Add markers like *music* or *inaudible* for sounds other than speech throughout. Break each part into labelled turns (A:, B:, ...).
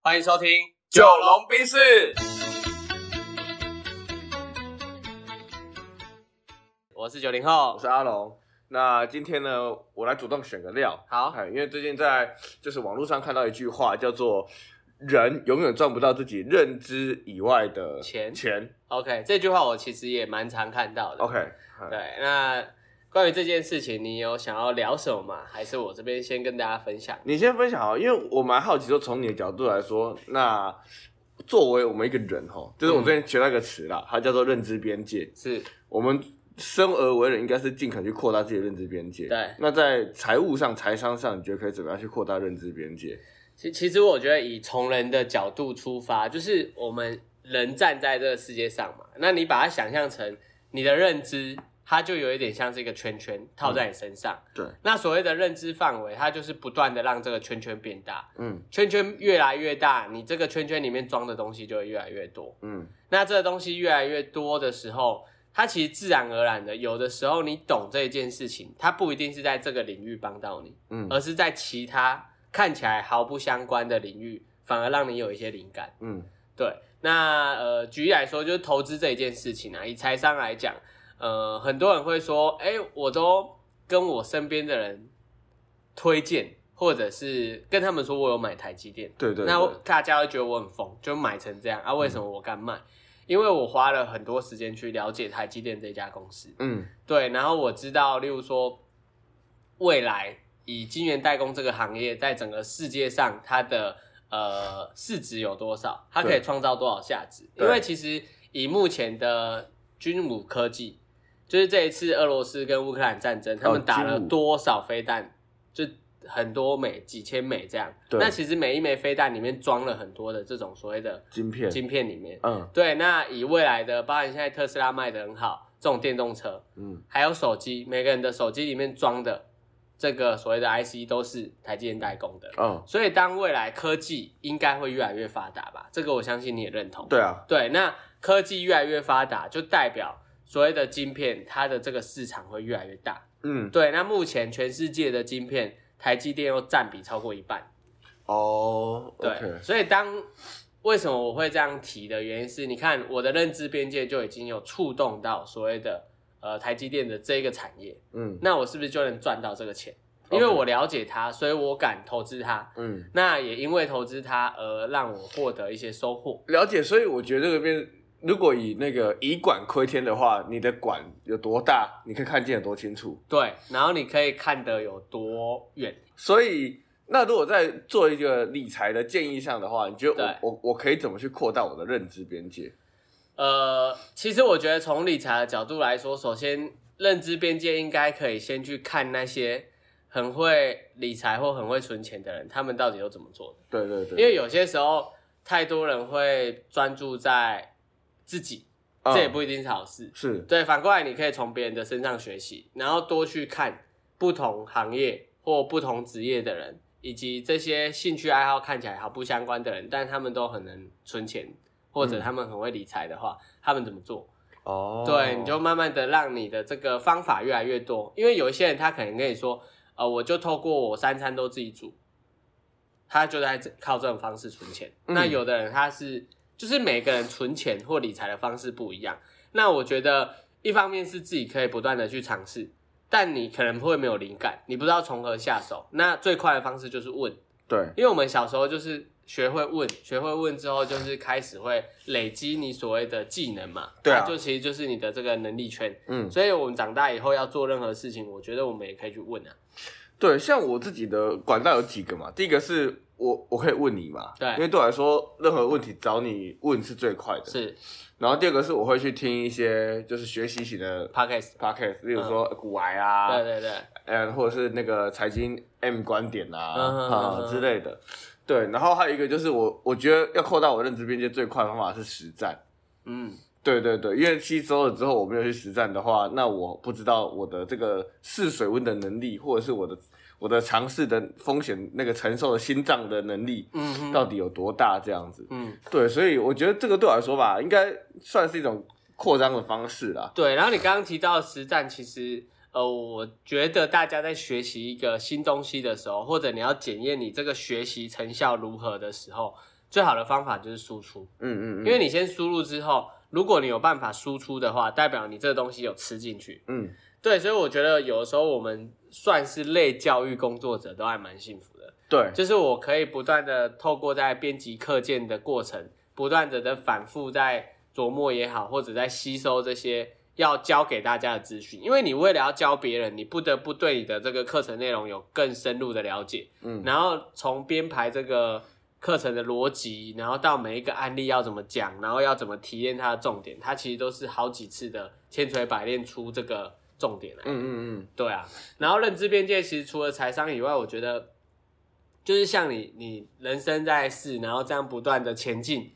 A: 欢迎收听《
B: 九龙冰室，
A: 我是九零后
B: 我，是阿龙。那今天呢，我来主动选个料。
A: 好
B: 哎因为最近在就是网络上看到一句话，叫做“人永远赚不到自己认知以外的
A: 钱
B: 钱
A: OK，这句话我其实也蛮常看到的。
B: ”，OK，哎
A: 对，那关于这件事情，你有想要聊什么吗？还是我这边先跟大家分享？
B: 你先分享啊，因为我蛮好奇，说从你的角度来说，那作为我们一个人哈，就是我
A: 嗯
B: 最近学到一个词啦，它叫做认知边界。
A: 是
B: 我们生而为人，应该是尽可能去扩大自己的认知边界。
A: 对
B: 那在财务上、财商上，你觉得可以怎么样去扩大认知边界？
A: 其其实我觉得以从人的角度出发，就是我们人站在这个世界上嘛，那你把它想象成你的认知，它就有一点像是一个圈圈套在你身上。
B: 对，
A: 那所谓的认知范围，它就是不断的让这个圈圈变大，
B: 嗯
A: 圈圈越来越大，你这个圈圈里面装的东西就会越来越多。
B: 嗯。
A: 那这个东西越来越多的时候，它其实自然而然的，有的时候你懂这件事情，它不一定是在这个领域帮到你，
B: 嗯
A: 而是在其他看起来毫不相关的领域，反而让你有一些灵感。
B: 嗯
A: 对，那呃，举例来说，就是投资这一件事情啊，以财商来讲，呃，很多人会说，哎、我都跟我身边的人推荐，或者是跟他们说我有买台积电，，
B: 对对对，嗯
A: 那大家会觉得我很疯，就买成这样啊？为什么我敢买？因为我花了很多时间去了解台积电这家公司，
B: 嗯
A: 对，然后我知道，例如说，未来以晶圆代工这个行业在整个世界上它的呃市值有多少，它可以
B: 对
A: 创造多少价值？因
B: 对
A: 为其实以目前的军武科技，就是这一次俄罗斯跟乌克兰战争，他们
B: 哦
A: 打了
B: 军武
A: 多少飞弹，就很多枚，几千枚这样。
B: 对
A: 那其实每一枚飞弹里面装了很多的这种所谓的
B: 晶片，
A: 晶片里面。
B: 嗯
A: 对，那以未来的，包含现在特斯拉卖的很好，这种电动车，
B: 嗯
A: 还有手机，每个人的手机里面装的这个所谓的 IC 都是台积电代工的。
B: 哦，
A: 所以，当未来科技应该会越来越发达吧？这个我相信你也认同。
B: 对啊，
A: 对那科技越来越发达，就代表所谓的晶片，它的这个市场会越来越大。
B: 嗯
A: 对，那目前全世界的晶片，台积电又占比超过一半。
B: 哦
A: 对
B: ，OK，
A: 所以当为什么我会这样提的原因是，你看我的认知边界就已经有触动到所谓的呃台积电的这个产业，
B: 嗯
A: 那我是不是就能赚到这个钱？
B: OK
A: 因为我了解它，所以我敢投资它。
B: 嗯，
A: 那也因为投资它而让我获得一些收获。
B: 了解。所以我觉得这个边，如果以那个以管窥天的话，你的管有多大，你可以看见有多清楚。
A: 对，然后你可以看得有多远？
B: 所以，那如果在做一个理财的建议上的话，你觉
A: 对
B: 得我我我可以怎么去扩大我的认知边界？
A: 呃，其实我觉得从理财的角度来说，首先认知边界应该可以先去看那些很会理财或很会存钱的人，他们到底都怎么做的。
B: 对对
A: 因
B: 对，
A: 为有些时候太多人会专注在自己，
B: 嗯
A: 这也不一定是好事。
B: 是
A: 对，反过来你可以从别人的身上学习，然后多去看不同行业或不同职业的人，以及这些兴趣爱好看起来毫不相关的人，但他们都很能存钱，或者
B: 嗯
A: 他们很会理财的话，他们怎么做？
B: 哦
A: 对，你就慢慢的让你的这个方法越来越多，因为有一些人他可能跟你说，呃，我就透过我三餐都自己煮，他就在这靠这种方式存钱。
B: 嗯
A: 那有的人他是就是每个人存钱或理财的方式不一样。那我觉得一方面是自己可以不断的去尝试，但你可能会没有灵感，你不知道从何下手。那最快的方式就是问，
B: 对，
A: 因为我们小时候就是学会问，学会问之后就是开始会累积你所谓的技能嘛，
B: 对啊
A: 它就其实就是你的这个能力圈。
B: 嗯。
A: 所以我们长大以后要做任何事情，我觉得我们也可以去问啊。
B: 对，像我自己的管道有几个嘛，第一个是我我可以问你嘛，
A: 对
B: 因为对我来说，任何问题找你问是最快的。。
A: 是
B: 然后第二个是我会去听一些就是学习型的
A: podcast，
B: podcast，例如说古癌啊，
A: 嗯对对对，
B: 嗯，或者是那个财经 M 观点啊
A: 嗯哼嗯
B: 啊
A: 哼
B: 之类的。对，然后还有一个就是我我觉得要扩大我认知边界最快的方法是实战。
A: 嗯，
B: 对对对，因为吸收了之后我没有去实战的话，那我不知道我的这个试水温的能力，或者是我的我的尝试的风险那个承受的心脏的能力，
A: 嗯哼
B: 到底有多大这样子。
A: 嗯，
B: 对，所以我觉得这个对我来说吧，应该算是一种扩张的方式啦。
A: 对。然后你刚刚提到实战，其实呃，我觉得大家在学习一个新东西的时候，或者你要检验你这个学习成效如何的时候，最好的方法就是输出，
B: 嗯嗯嗯，
A: 因为你先输入之后，如果你有办法输出的话，代表你这个东西有吃进去。
B: 嗯
A: 对，所以我觉得有的时候我们算是类教育工作者都还蛮幸福的，
B: 对，
A: 就是我可以不断的透过在编辑课件的过程，不断的的反复在琢磨也好，或者在吸收这些要教给大家的资讯，因为你为了要教别人，你不得不对你的这个课程内容有更深入的了解，
B: 嗯
A: 然后从编排这个课程的逻辑，然后到每一个案例要怎么讲，然后要怎么提炼它的重点，它其实都是好几次的千锤百炼出这个重点来。
B: 嗯嗯嗯，
A: 对啊，然后认知边界其实除了财商以外，我觉得就是像你你人生在世，然后这样不断的前进，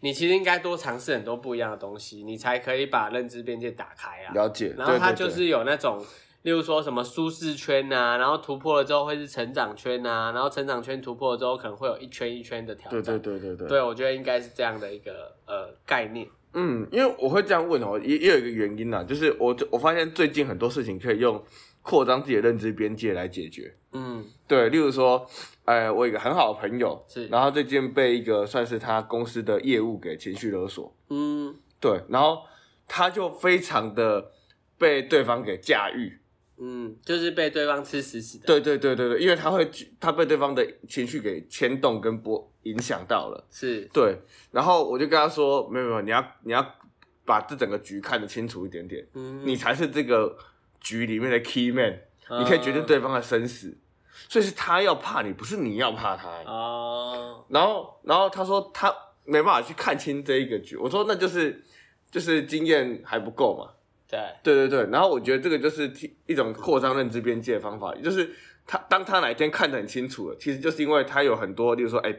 A: 你其实应该多尝试很多不一样的东西，你才可以把认知边界打开啊。
B: 了解。
A: 然后它
B: 对对
A: 就
B: 对
A: 是有那种，例如说什么舒适圈呐、然后突破了之后会是成长圈呐、然后成长圈突破了之后可能会有一圈一圈的挑
B: 对
A: 战。
B: 对对对对
A: 对，我觉得应该是这样的一个呃概念。
B: 嗯，因为我会这样问哦，也也有一个原因啦，就是我我发现最近很多事情可以用扩张自己的认知边界来解决。
A: 嗯
B: 对，例如说，呃，我有一个很好的朋友，
A: 是
B: 然后最近被一个算是他公司的业务给情绪勒索，
A: 嗯
B: 对，然后他就非常的被对方给驾驭，
A: 嗯，就是被对方吃死死的。
B: 对对对对对，因为他会他被对方的情绪给牵动跟波影响到了，
A: 是
B: 对，然后我就跟他说，没有没有，你要你要把这整个局看得清楚一点点，
A: 嗯，啊
B: 你才是这个局里面的 key man，、你可以决定对方的生死，所以是他要怕你，不是你要怕他、欸
A: 啊哦，
B: 然后，然后他说他没办法去看清这一个局。我说那就是就是经验还不够嘛。
A: 对，
B: 对对对。然后我觉得这个就是提一种扩张认知边界的方法，就是他当他哪一天看得很清楚了，其实就是因为他有很多，例如说，哎，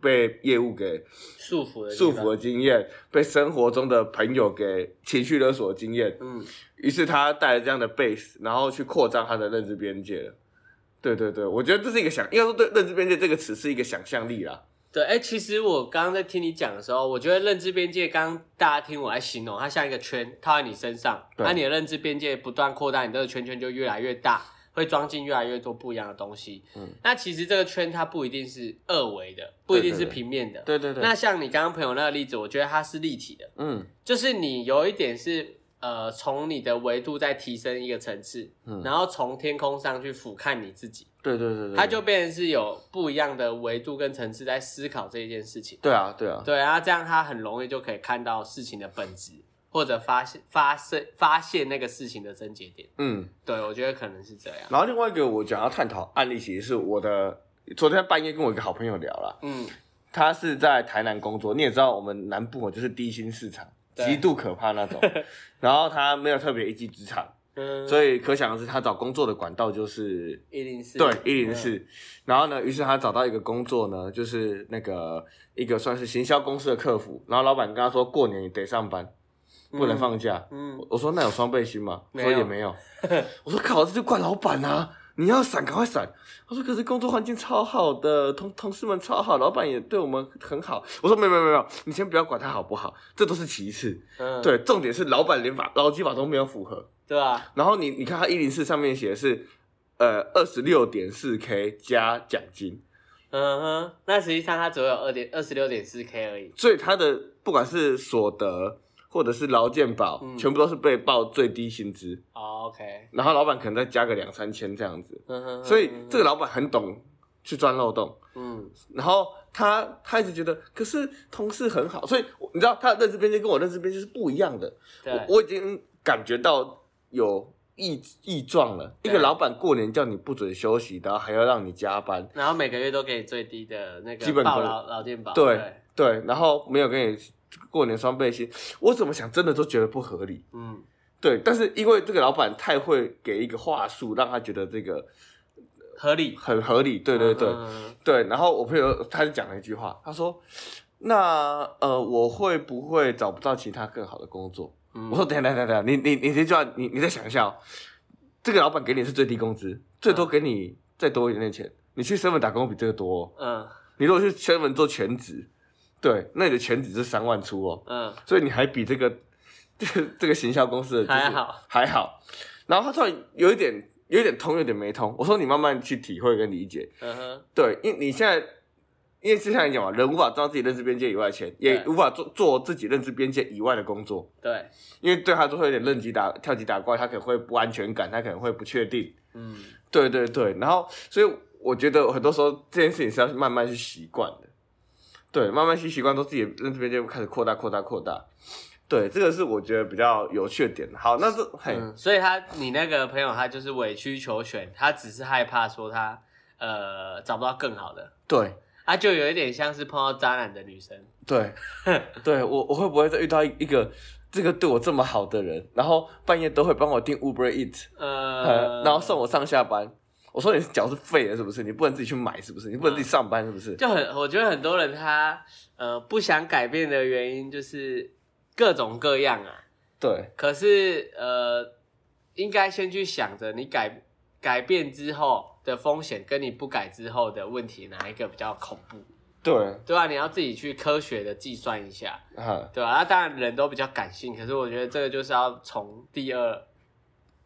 B: 被业务给
A: 束缚的地
B: 束
A: 方
B: 缚的。经验，被生活中的朋友给情绪勒索的经验，
A: 嗯，
B: 于是他带着这样的 base，然后去扩张他的认知边界了。对对对，我觉得这是一个想，应该说对认知边界这个词是一个想象力啦。
A: 对，哎、其实我刚刚在听你讲的时候，我觉得认知边界，刚刚大家听我来形容，它像一个圈套在你身上，
B: 对
A: 那、你的认知边界不断扩大，你这个圈圈就越来越大，会装进越来越多不一样的东西。
B: 嗯，
A: 那其实这个圈它不一定是二维的，不一定是
B: 对对对
A: 平面的。
B: 对对对，
A: 那像你刚刚朋友那个例子，我觉得它是立体的，
B: 嗯
A: 就是你有一点是呃，从你的维度再提升一个层次，
B: 嗯
A: 然后从天空上去俯瞰你自己，，
B: 对对对对，
A: 它就变成是有不一样的维度跟层次在思考这一件事情。
B: 对啊对啊，
A: 对啊，这样他很容易就可以看到事情的本质，或者发现发生发现那个事情的症结点。
B: 嗯。
A: 对，我觉得可能是这样。
B: 然后另外一个我想要探讨案例，其实是我的昨天半夜跟我一个好朋友聊啦，
A: 嗯，
B: 他是在台南工作，你也知道我们南部哦就是低薪市场，
A: 对
B: 极度可怕
A: *laughs*
B: 那种。然后他没有特别一技之长，
A: 嗯，
B: 所以可想而知他找工作的管道就是
A: 一零四
B: 对一零
A: 嗯
B: 四。然后呢，于是他找到一个工作呢，就是那个一个算是行销公司的客服。然后老板跟他说过年你得上班，不能。放假。
A: 嗯
B: 我
A: 嗯，
B: 我说那有双倍薪吗？
A: 没
B: 说
A: 有 *laughs*
B: 也没有。我说靠，这就怪老板啊！你要闪，赶快闪。他说可是工作环境超好的，同同事们超好，老板也对我们很好。我说没有没有没有，你先不要管他好不好，这都是其次。
A: 嗯
B: 对，重点是老板连法劳基法都没有符合。
A: 对啊吧？
B: 然后你你看他一零四上面写的是，呃，二十六点四 k 加奖金，
A: 嗯哼，那实际上它只有二点二十六点四 K 而已。
B: 所以他的不管是所得或者是劳健保，
A: 嗯
B: 全部都是被报最低薪资。
A: 哦 OK，
B: 然后老板可能再加个两三千这样子，
A: 嗯哼，
B: 所以这个老板很懂去钻漏洞，
A: 嗯
B: 然后他他一直觉得，可是同事很好，所以我你知道他的认知边界跟我认知边界是不一样的，
A: 对
B: 我我已经感觉到有异异状了。一
A: 对
B: 个老板过年叫你不准休息，然后还要让你加班，
A: 然后每个月都给你最低的那个
B: 基本
A: 报
B: 工
A: 劳劳健保，
B: 对，对，然后没有给你过年双倍薪，我怎么想真的都觉得不合理。
A: 嗯，
B: 对，但是因为这个老板太会给一个话术，让他觉得这个
A: 合理，
B: 很合理。对对对。
A: 嗯哼
B: 对，然后我朋友他就讲了一句话，他说：“那呃，我会不会找不到其他更好的工作？”
A: 嗯
B: 我说：“等一下等一下等一下，你你你这句话，你你再想一下哦。这个老板给你是最低工资，最多给你再多一点点钱。你去 seven 打工比这个多、哦。
A: 嗯
B: 你如果去 seven 做全职，对，那你的全职是三万出哦，
A: 嗯，
B: 所以你还比这个这个这个行销公司的、就是、
A: 还好
B: 还好。然后他突然有一点有一点通，有点没通。我说你慢慢去体会跟理解。
A: 嗯哼，
B: 对，因为你现在因为就像你讲嘛，人无法赚到自己认知边界以外的钱，也
A: 对
B: 无法做做自己认知边界以外的工作，
A: 对，
B: 因为对他就会有点认知打跳级打怪，他可能会不安全感，他可能会不确定。
A: 嗯，
B: 对对对，然后所以我觉得很多时候这件事情是要慢慢去习惯的，对，慢慢去习惯，都自己认知边界开始扩大、扩大、扩大。对，这个是我觉得比较有趣的点。好，那这嘿，
A: 嗯，所以他你那个朋友他就是委曲求全，他只是害怕说他呃找不到更好的，
B: 对
A: 他就有一点像是碰到渣男的女生， *laughs*
B: 对对，我我会不会再遇到一个这个对我这么好的人，然后半夜都会帮我订 Uber Eat，、
A: 呃，
B: *laughs* 然后送我上下班？我说你脚是废了是不是？你不能自己去买是不是？你不能自己上班是不是？
A: 嗯就很，我觉得很多人他呃不想改变的原因就是各种各样啊。
B: 对
A: 可是呃，应该先去想着你改改变之后的风险，跟你不改之后的问题哪一个比较恐怖，
B: 对，
A: 对啊吧、你要自己去科学的计算一下，
B: 哈，
A: 对吧、啊那当然人都比较感性，可是我觉得这个就是要从第二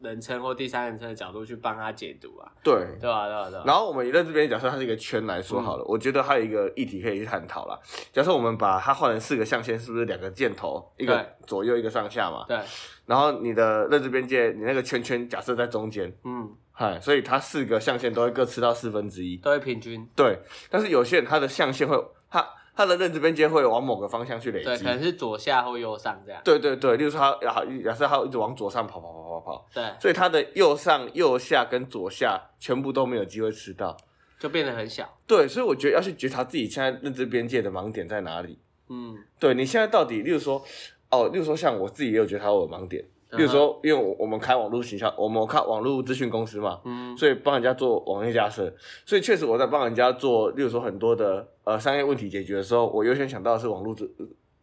A: 人称或第三人称的角度去帮他解读啊，
B: 对
A: 对嗯吧、对吧、啊对吧、
B: 然后我们以认知边界假设它是一个圈来说好了，我觉得还有一个议题可以去探讨啦。假设我们把它换成四个象限，是不是两个箭头，一个左右，一个上下嘛？
A: 对，
B: 然后你的认知边界，你那个圈圈假设在中间，
A: 嗯，
B: 嗨，所以它四个象限都会各吃到四分之一。
A: 都会平均，
B: 对，但是有些人他的象限会，他他的认知边界会往某个方向去累
A: 对，
B: 积
A: 可。能是左下或右上这样，
B: 对对对，例如说他啊假设他一直往左上跑跑跑跑跑，
A: 对，
B: 所以他的右上、右下跟左下全部都没有机会吃到。
A: 就变得很小，
B: 对，所以我觉得要去觉察自己现在认知边界的盲点在哪里。
A: 嗯，
B: 对你现在到底，例如说，哦，例如说像我自己也有觉察我的盲点，
A: 嗯哼
B: 例如说，因为我我们开网络行销，我们开网络咨询公司嘛，
A: 嗯，
B: 所以帮人家做网页架设，所以确实我在帮人家做，例如说很多的呃商业问题解决的时候，我优先想到的是网络这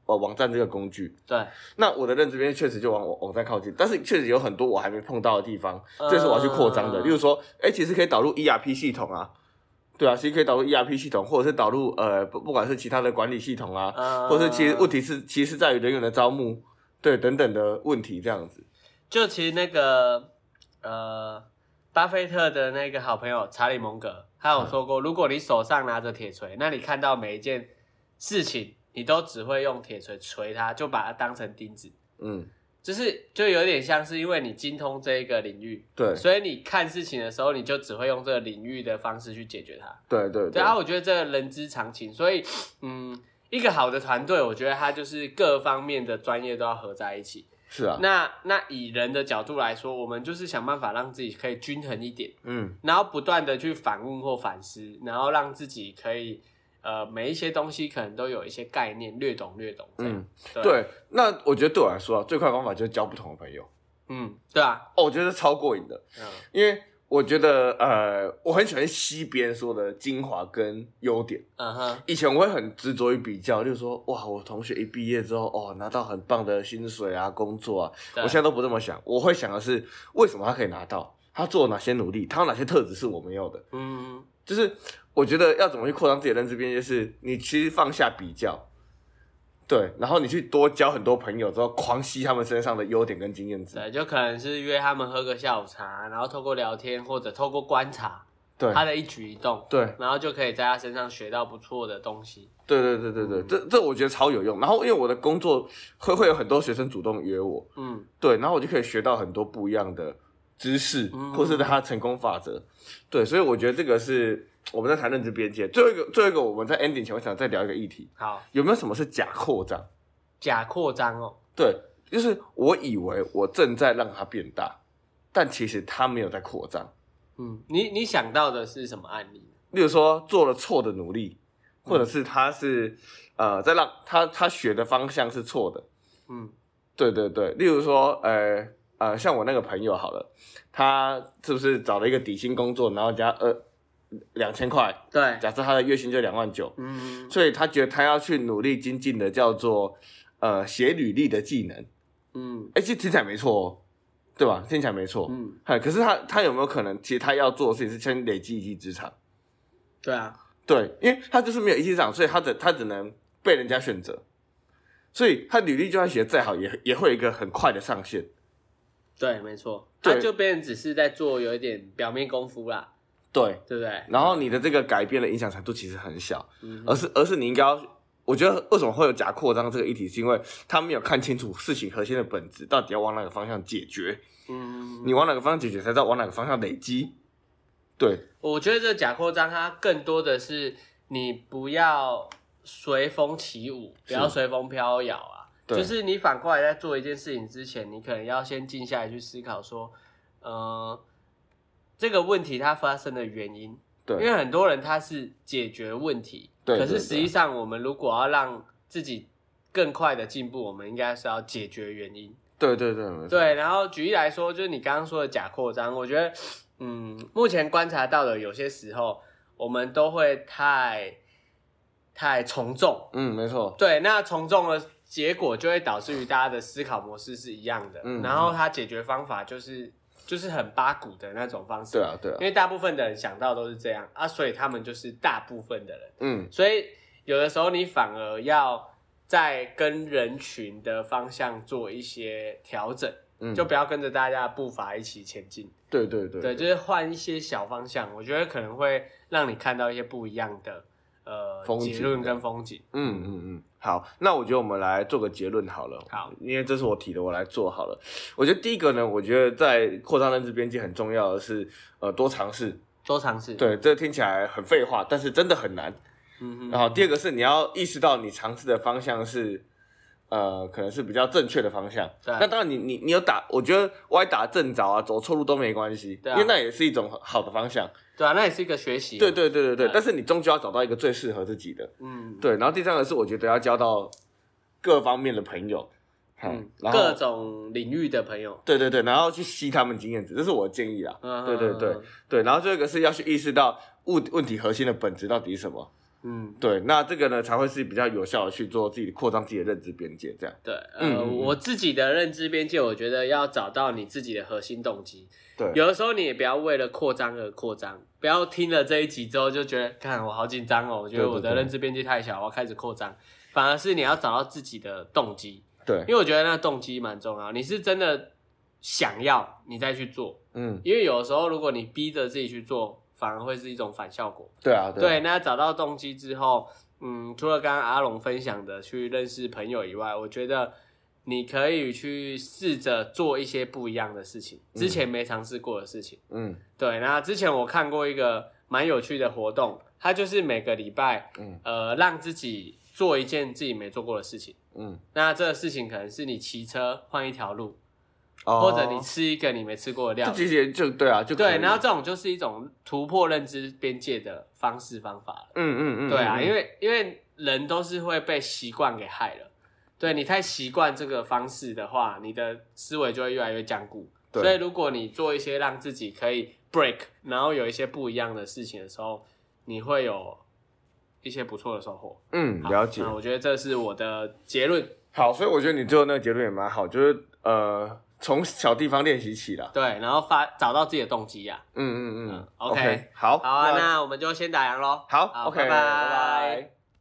B: 呃网站这个工具。
A: 嗯对，
B: 那我的认知边确实就往网网站靠近，但是确实有很多我还没碰到的地方，这是我要去扩张的。
A: 嗯
B: 例如说，哎、其实可以导入 ERP 系统啊，对啊，其实可以导入 ERP 系统，或者是导入呃，不不管是其他的管理系统啊，
A: 呃
B: 或者是其实问题是其实是在于人员的招募，对等等的问题这样子。
A: 就其实那个呃，巴菲特的那个好朋友查理蒙格，他有说过，如果你手上拿着铁锤，那你看到每一件事情，你都只会用铁锤锤它，就把它当成钉子，
B: 嗯，
A: 就是就有点像是因为你精通这一个领域，
B: 对
A: 所以你看事情的时候，你就只会用这个领域的方式去解决它。
B: 对对
A: 对啊，我觉得这人之常情，所以嗯，一个好的团队，我觉得它就是各方面的专业都要合在一起。
B: 是啊，
A: 那那以人的角度来说，我们就是想办法让自己可以均衡一点，
B: 嗯
A: 然后不断的去反问或反思，然后让自己可以呃每一些东西可能都有一些概念，略懂略懂这样。
B: 嗯，
A: 对
B: 对。那我觉得对我来说啊，最快的方法就是交不同的朋友。
A: 嗯，对啊，
B: 哦，我觉得超过瘾的，
A: 嗯
B: 因为我觉得呃，我很喜欢吸别人说的精华跟优点。
A: 嗯哼，
B: 以前我会很执着于比较，就是说，哇，我同学一毕业之后，哦，拿到很棒的薪水啊，工作啊，
A: 对
B: 我现在都不这么想，我会想的是，为什么他可以拿到？他做了哪些努力？他有哪些特质是我没有的？
A: 嗯
B: 就是我觉得要怎么去扩张自己的认知边界，是你其实放下比较，对，然后你去多交很多朋友之后，狂吸他们身上的优点跟经验值，
A: 对，就可能是约他们喝个下午茶，然后透过聊天或者透过观察
B: 对，
A: 他的一举一动，
B: 对，
A: 然后就可以在他身上学到不错的东西。
B: 对对对对对，这这我觉得超有用。然后因为我的工作会会有很多学生主动约我，
A: 嗯，
B: 对，然后我就可以学到很多不一样的知识，
A: 嗯
B: 或是他的成功法则。对，所以我觉得这个是我们在谈认知边界。最后一个，最后一个，我们在 ending 前，我想再聊一个议题，
A: 好，
B: 有没有什么是假扩张？
A: 假扩张哦，
B: 对，就是我以为我正在让它变大，但其实它没有在扩张。
A: 嗯，你你想到的是什么案例？
B: 例如说，做了错的努力，或者是他是、呃，在让他他学的方向是错的。
A: 嗯
B: 对对对，例如说，呃呃，像我那个朋友好了，他是不是找了一个底薪工作，然后加呃两千块，，
A: 对，
B: 假设他的月薪就两万九，
A: 嗯，
B: 所以他觉得他要去努力精进的叫做呃写履历的技能，
A: 嗯
B: 哎，这听起来没错哦，对吧？听起来没错，
A: 嗯，
B: 嗨、哎可是他他有没有可能，其实他要做的事情是先累积一技之长？
A: 对啊，
B: 对，因为他就是没有一技之长，所以他只他只能被人家选择，所以他履历就算写得再好，也也会有一个很快的上限。
A: 对，没错，
B: 对
A: 他就变成只是在做有一点表面功夫啦，
B: 对，
A: 对不对？
B: 然后你的这个改变的影响程度其实很小，
A: 嗯
B: 而是而是你应该要，我觉得为什么会有假扩张这个议题，是因为他没有看清楚事情核心的本质，到底要往哪个方向解决。
A: 嗯，
B: 你往哪个方向解决，才知道往哪个方向累积。对，
A: 我觉得这假扩张它更多的是你不要随风起舞，不
B: 是
A: 要随风飘摇啊。
B: 对
A: 就是你反过来在做一件事情之前，你可能要先静下来去思考说，呃，这个问题它发生的原因。
B: 对，
A: 因为很多人他是解决问题，
B: 对
A: 可是
B: 对
A: 实际上我们如果要让自己更快的进步，我们应该是要解决原因。
B: 对对对，没错，
A: 对，然后举例来说，就是你刚刚说的假扩张，我觉得，嗯，目前观察到的有些时候，我们都会太太从众。
B: 嗯，没错，
A: 对，那从众的结果就会导致于大家的思考模式是一样的，
B: 嗯
A: 然后它解决方法就是就是很八股的那种方式。
B: 对啊，对啊
A: 因，为大部分的人想到都是这样啊，所以他们就是大部分的人。
B: 嗯，
A: 所以有的时候你反而要在跟人群的方向做一些调整，
B: 嗯
A: 就不要跟着大家的步伐一起前进。
B: 对对对
A: 对，就是换一些小方向，我觉得可能会让你看到一些不一样的呃
B: 风景
A: 结论跟风景。
B: 嗯嗯嗯，好，那我觉得我们来做个结论好了。
A: 好，
B: 因为这是我提的，我来做好了。我觉得第一个呢，我觉得在扩张认知边界很重要的是，呃，多尝试。
A: 多尝试。，
B: 对，这听起来很废话，但是真的很难。
A: 嗯
B: 然
A: 哼，
B: 后第二个是你要意识到你尝试的方向是，呃，可能是比较正确的方向。
A: 对
B: 那当然你，你你有打，我觉得歪打正着啊，走错路都没关系，
A: 对啊
B: 因为那也是一种好的方向。
A: 对啊，那也是一嗯个学习。
B: 对，对对对对，
A: 对
B: 但是你终究要找到一个最适合自己的。
A: 嗯，
B: 对，然后第三个是我觉得要交到各方面的朋友，
A: 嗯
B: 嗯，，然后
A: 各种领域的朋友。
B: 对对对，然后去吸他们经验值，这是我的建议啦。
A: 嗯
B: 对对对，对，然后这个是要去意识到问问题核心的本质到底是什么。
A: 嗯，
B: 对，那这个呢才会是比较有效的去做自己扩张自己的认知边界，这样。
A: 对，呃，
B: 嗯嗯嗯
A: 我自己的认知边界，我觉得要找到你自己的核心动机。
B: 对，
A: 有的时候你也不要为了扩张而扩张，不要听了这一集之后就觉得，看我好紧张哦，我觉得
B: 对对
A: 我的
B: 对
A: 认知边界太小，我要开始扩张。反而是你要找到自己的动机，
B: 对，
A: 因为我觉得那动机蛮重要。你是真的想要，你再去做，
B: 嗯，
A: 因为有的时候如果你逼着自己去做，反而会是一种反效果。
B: 对啊，
A: 对，
B: 啊
A: 那找到动机之后，嗯，除了刚刚阿龙分享的去认识朋友以外，我觉得你可以去试着做一些不一样的事情，之前没尝试过的事情。
B: 嗯
A: 对，那之前我看过一个蛮有趣的活动，它就是每个礼拜，
B: 嗯
A: 呃，让自己做一件自己没做过的事情。
B: 嗯，
A: 那这个事情可能是你骑车换一条路，
B: 哦
A: 或者你吃一个你没吃过的料
B: 这
A: 理。
B: 其实也就对啊，就可
A: 对，
B: 以
A: 然后这种就是一种突破认知边界的方式方法了。
B: 嗯嗯嗯，
A: 对啊，
B: 嗯
A: 因为因为人都是会被习惯给害了。对你太习惯这个方式的话，你的思维就会越来越坚固。
B: 对
A: 所以如果你做一些让自己可以 break，然后有一些不一样的事情的时候，你会有一些不错的收获。
B: 嗯
A: 好
B: 了解
A: 那。我觉得这是我的结论。
B: 好，所以我觉得你最后那个结论也蛮好，就是呃，从小地方练习起啦。
A: 对，然后发找到自己的动机啊呀、
B: 嗯嗯嗯
A: 嗯，OK
B: 好，
A: 好啊，那我们就先打烊喽。
B: 好
A: 好
B: ，OK，
A: 拜拜
B: 拜拜